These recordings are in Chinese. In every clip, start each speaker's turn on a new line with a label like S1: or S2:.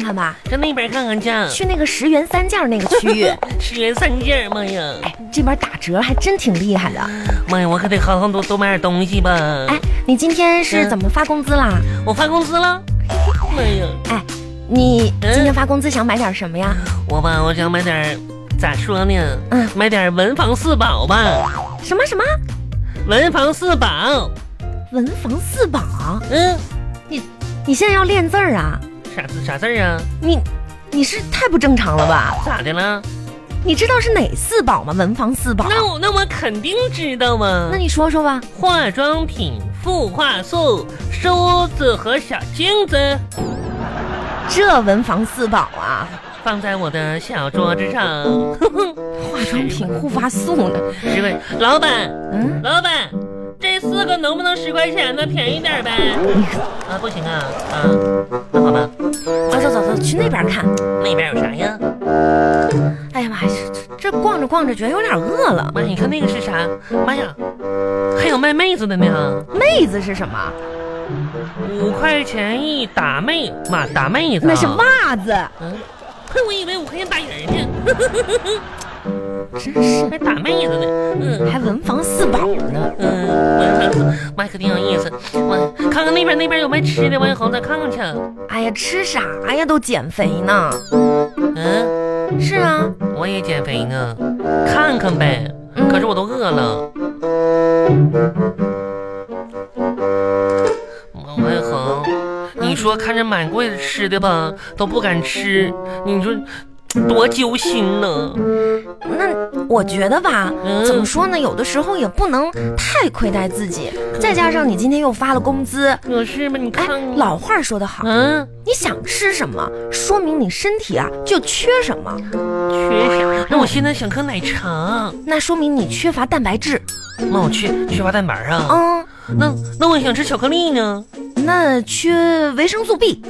S1: 看吧，
S2: 在那边看看去。
S1: 去那个十元三件那个 区域，
S2: 十元三件，妈呀！
S1: 哎，这边打折还真挺厉害的。
S2: 妈呀，我可得好好多多买点东西吧。
S1: 哎，你今天是怎么发工资啦？
S2: 我发工资了。妈呀！
S1: 哎，你今天发工资想买点什么呀？
S2: 我吧，我想买点，咋说呢？
S1: 嗯
S2: 买点文房四宝吧。
S1: 什么什么
S2: 文房四宝，
S1: 文房四宝？
S2: 嗯，
S1: 你现在要练字儿啊？
S2: 啥字啥字儿啊？
S1: 你你是太不正常了吧？
S2: 咋的了？
S1: 你知道是哪四宝吗？文房四宝？
S2: 那我那我肯定知道嘛。
S1: 那你说说吧。
S2: 化妆品、护发素、梳子和小镜子
S1: 这文房四宝啊，
S2: 放在我的小桌子上。 哼哼，
S1: 化妆品、护发素呢？
S2: 十块，老板，
S1: 嗯，
S2: 老板，这四个能不能十块钱的便宜点呗？啊，不行啊，啊，那好吧，
S1: 走走走走，去那边看。
S2: 那边有啥呀？
S1: 哎呀妈呀，这这逛着逛着觉得有点饿了。
S2: 妈呀，你看那个是啥？妈呀，还有卖妹子的呢，
S1: 妹子是什么？
S2: 五块钱一打妹，妈打妹子啊、
S1: 那是袜子，
S2: 嗯，哼，我以为五块钱打人呢，
S1: 真是
S2: 还打妹子呢，嗯。
S1: 还文房四宝呢。
S2: 嗯，妈可挺有意思。我看看那边，那边有卖吃的，我也好再看看去。
S1: 哎呀，吃啥呀？都减肥呢。
S2: 嗯，
S1: 是啊，
S2: 我也减肥呢，看看呗。
S1: 嗯
S2: 可是我都饿了。王文恒，你说看着满柜子吃的吧，都不敢吃，你说多揪心呢？
S1: 那我觉得吧，
S2: 嗯
S1: 怎么说呢？有的时候也不能太亏待自己。再加上你今天又发了工资，
S2: 可是吧，你
S1: 哎
S2: 看，
S1: 老话说得好，
S2: 嗯，
S1: 你想吃什么，说明你身体啊就缺什么，
S2: 缺啥？那我现在想喝奶茶。
S1: 那说明你缺乏蛋白质。
S2: 那我去缺乏蛋白啊？
S1: 嗯，
S2: 那那我想吃巧克力呢？
S1: 那缺维生素 B。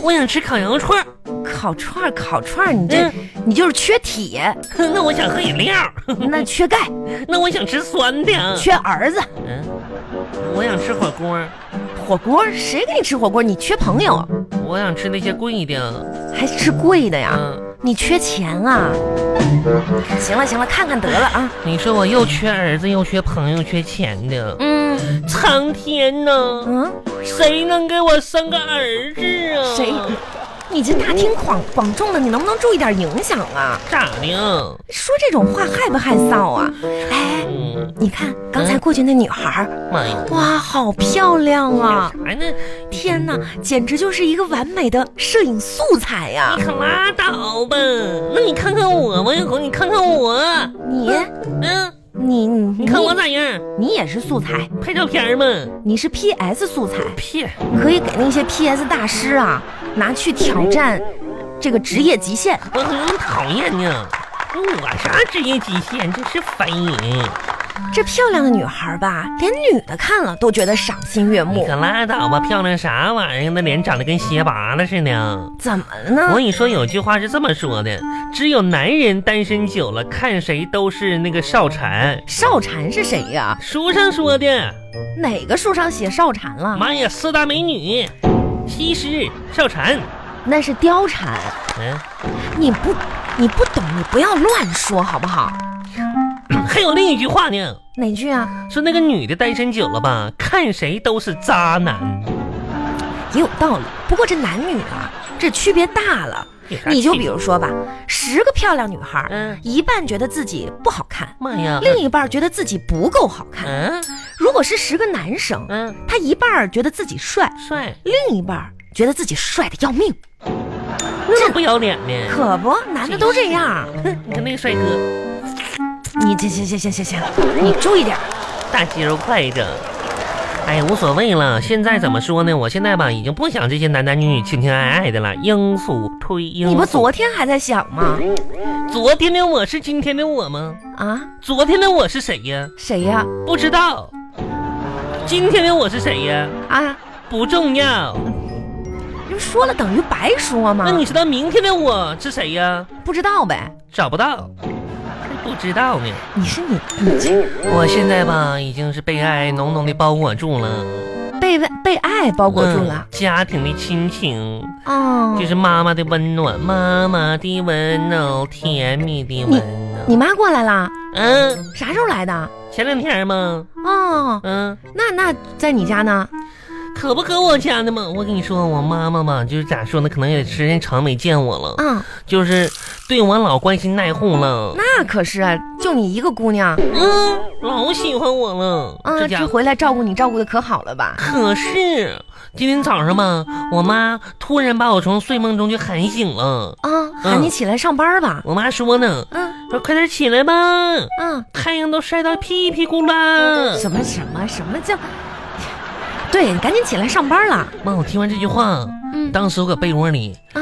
S2: 我想吃烤羊肉串儿，
S1: 烤串儿，烤串儿，你这、
S2: 嗯
S1: 你就是缺铁，
S2: 那我想喝饮料，
S1: 那缺钙，
S2: 那我想吃酸的，
S1: 缺儿子。
S2: 嗯，我想吃火锅，
S1: 火锅谁给你吃火锅？你缺朋友，
S2: 我想吃那些贵的，
S1: 还吃贵的呀？
S2: 嗯，
S1: 你缺钱啊？行了行了，看看得了啊。
S2: 你说我又缺儿子，又缺朋友，缺钱的，
S1: 嗯
S2: 苍天呐，
S1: 嗯，
S2: 谁能给我生个儿子啊？
S1: 谁你这大庭广广众的，你能不能注意点影响啊？
S2: 咋的？
S1: 说这种话害不害臊啊？哎，
S2: 嗯，
S1: 你看刚才过去那女孩儿，
S2: 妈呀，
S1: 哇，好漂亮啊！
S2: 啥呢？
S1: 天哪，简直就是一个完美的摄影素材啊呀、
S2: 你可拉倒吧！那你看看我，王小红，你看看我，
S1: 你
S2: 嗯，
S1: 你你
S2: 你看我咋样？
S1: 你也是素材，
S2: 拍照片儿嘛，
S1: 你是 PS 素材，
S2: 屁。
S1: 可以给那些 PS 大师啊拿去挑战这个职业极限。
S2: 我很讨厌呢。我啥职业极限，真是烦人！
S1: 这漂亮的女孩吧，连女的看了都觉得赏心悦
S2: 你
S1: 目
S2: 可，拉倒吧，漂亮啥玩意儿？那脸长得跟鞋拔了似的。
S1: 怎么了
S2: 我
S1: 呢？
S2: 跟你说，有句话是这么说的：只有男人单身久了，看谁都是那个少蝉。
S1: 少蝉是谁呀、
S2: 书上说的，
S1: 哪个书上写少蝉了？
S2: 妈呀，四大美女，西施、少蝉，
S1: 那是貂蝉。
S2: 嗯，
S1: 你不，你不懂，你不要乱说好不好？
S2: 还有另一句话呢，
S1: 哪句啊？
S2: 说那个女的单身久了吧，看谁都是渣男。
S1: 也有道理。不过这男女啊，这区别大了。
S2: 有啥
S1: 你就
S2: 区
S1: 比
S2: 别，
S1: 如说吧，十个漂亮女孩儿，
S2: 嗯
S1: 一半觉得自己不好看，
S2: 妈呀，
S1: 另一半儿觉得自己不够好看。
S2: 嗯
S1: 如果是十个男生，
S2: 嗯，
S1: 他一半儿觉得自己帅，
S2: 帅。
S1: 另一半儿觉得自己帅的要命，
S2: 这不要脸呢！
S1: 可不，男的都这样。
S2: 你看那个帅哥，
S1: 你这行行行行行，你注意点儿。
S2: 大肌肉块着。哎，无所谓了。现在怎么说呢？我现在吧，已经不想这些男男女女、情情爱爱的了。罂粟推罂粟，
S1: 你不昨天还在想吗？
S2: 昨天的我是今天的我吗？
S1: 啊，
S2: 昨天的我是谁呀？
S1: 谁呀、
S2: 不知道。今天的我是谁呀？
S1: 啊？
S2: 不重要。
S1: 就说了等于白说吗
S2: 那？你知道明天的我是谁呀？
S1: 不知道呗？
S2: 找不到，不知道呢。
S1: 你是你，你这
S2: 我现在吧，已经是被爱浓浓的包裹住了。
S1: 被被被爱包裹住了
S2: 嗯。家庭的亲情，
S1: 哦
S2: 就，是妈妈的温暖，妈妈的温柔，甜蜜的温柔。
S1: 你妈过来啦？
S2: 嗯，
S1: 啥时候来的？
S2: 前两天嘛，
S1: 哦，
S2: 嗯，
S1: 那那在你家呢？
S2: 可不搁我家呢嘛。我跟你说，我妈妈嘛，就是咋说呢，可能也时间长没见我了，
S1: 嗯，
S2: 就是对我老关心爱护了，
S1: 那可是啊，就你一个姑娘，
S2: 嗯，老喜欢我了。
S1: 嗯，
S2: 家
S1: 这
S2: 伙。
S1: 回来照顾你照顾的可好了吧？
S2: 可是今天早上嘛，我妈突然把我从睡梦中就喊醒了。
S1: 啊，喊你起来上班吧。
S2: 我妈说呢，
S1: 嗯
S2: 说快点起来吧，
S1: 嗯，
S2: 太阳都晒到屁屁股了。
S1: 什么什么什么叫？对，你赶紧起来上班了。
S2: 妈，我听完这句话，
S1: 嗯
S2: 当时我搁被窝里
S1: 啊，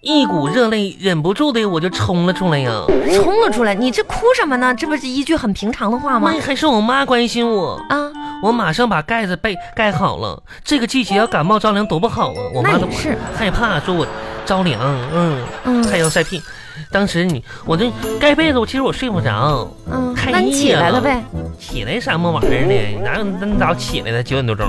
S2: 一股热泪忍不住的我就冲了出来呀。
S1: 冲了出来，你这哭什么呢？这不是一句很平常的话吗
S2: 妈？还是我妈关心我，
S1: 啊，
S2: 我马上把盖子被盖好了。这个季节要感冒着凉多不好啊！我妈
S1: 那
S2: 都
S1: 也是，
S2: 害怕说我着凉，嗯，
S1: 嗯
S2: 太阳晒屁。当时你我这盖被子，我其实我睡不着。
S1: 嗯，
S2: 太
S1: 那你起来了
S2: 腻
S1: 呗？
S2: 起来什么玩意儿呢？哪有那么早起来的？九点多钟。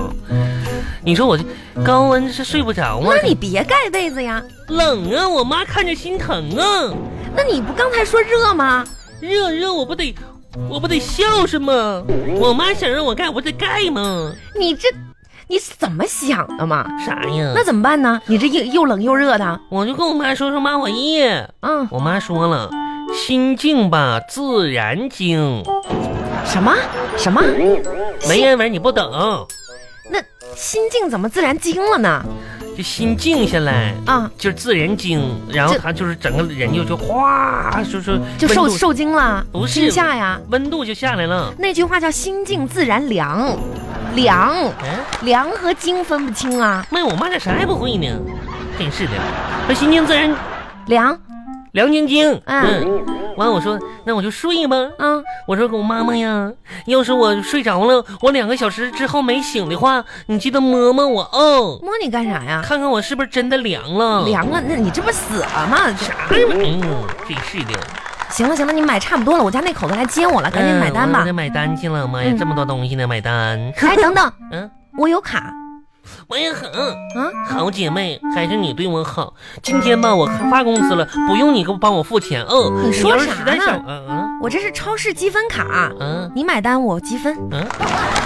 S2: 你说我这高温是睡不着吗？
S1: 那你别盖被子呀。
S2: 冷啊！我妈看着心疼啊！
S1: 那你不刚才说热吗？
S2: 热热，我不得我不得孝顺吗？我妈想让我盖，我不得盖吗？
S1: 你这你是怎么想的嘛？
S2: 啥呀？
S1: 那怎么办呢？你这又又冷又热的，
S2: 我就跟我妈说说妈，我热。
S1: 嗯，
S2: 我妈说了，心静吧，自然静。
S1: 什么什么？
S2: 文
S1: 心
S2: 言文你不懂，
S1: 那心境怎么自然惊了呢？
S2: 就心静下来。
S1: 啊，
S2: 就是自然精，然后
S1: 这
S2: 他就是整个人就就哗，就是
S1: 就
S2: 温
S1: 受
S2: 度
S1: 受惊了，
S2: 不是
S1: 惊吓呀。
S2: 温度就下来了。
S1: 那句话叫心静自然凉，凉
S2: 嗯、
S1: 凉和惊分不清啊，
S2: 妈呀，我妈咋啥也不会呢？真是的，说心静自然
S1: 凉
S2: 凉晶晶。
S1: 嗯
S2: 嗯，完了我说那我就睡吧。
S1: 啊，
S2: 我说给我妈妈呀，要是我睡着了，我两个小时之后没醒的话，你记得摸摸我哦，
S1: 摸你干啥呀？
S2: 看看我是不是真的凉了。
S1: 凉了，那你这不死了吗？
S2: 啥玩意儿？真是的，
S1: 行了行了，你买差不多了，我家那口子来接我了，赶紧买单
S2: 嗯我
S1: 吧
S2: 得。买单去了，妈呀，
S1: 嗯
S2: 这么多东西呢，买单。
S1: 哎，等等，
S2: 嗯，
S1: 我有卡
S2: 我也很。
S1: 啊，
S2: 好姐妹，还是你对我好。今天吧，我发工资了，不用你给我帮我付钱。嗯，
S1: 你说
S2: 要是
S1: 啥
S2: 实在
S1: 呢
S2: 想，嗯
S1: 我这是超市积分卡，啊
S2: 嗯
S1: 你买单我积分。
S2: 嗯嗯，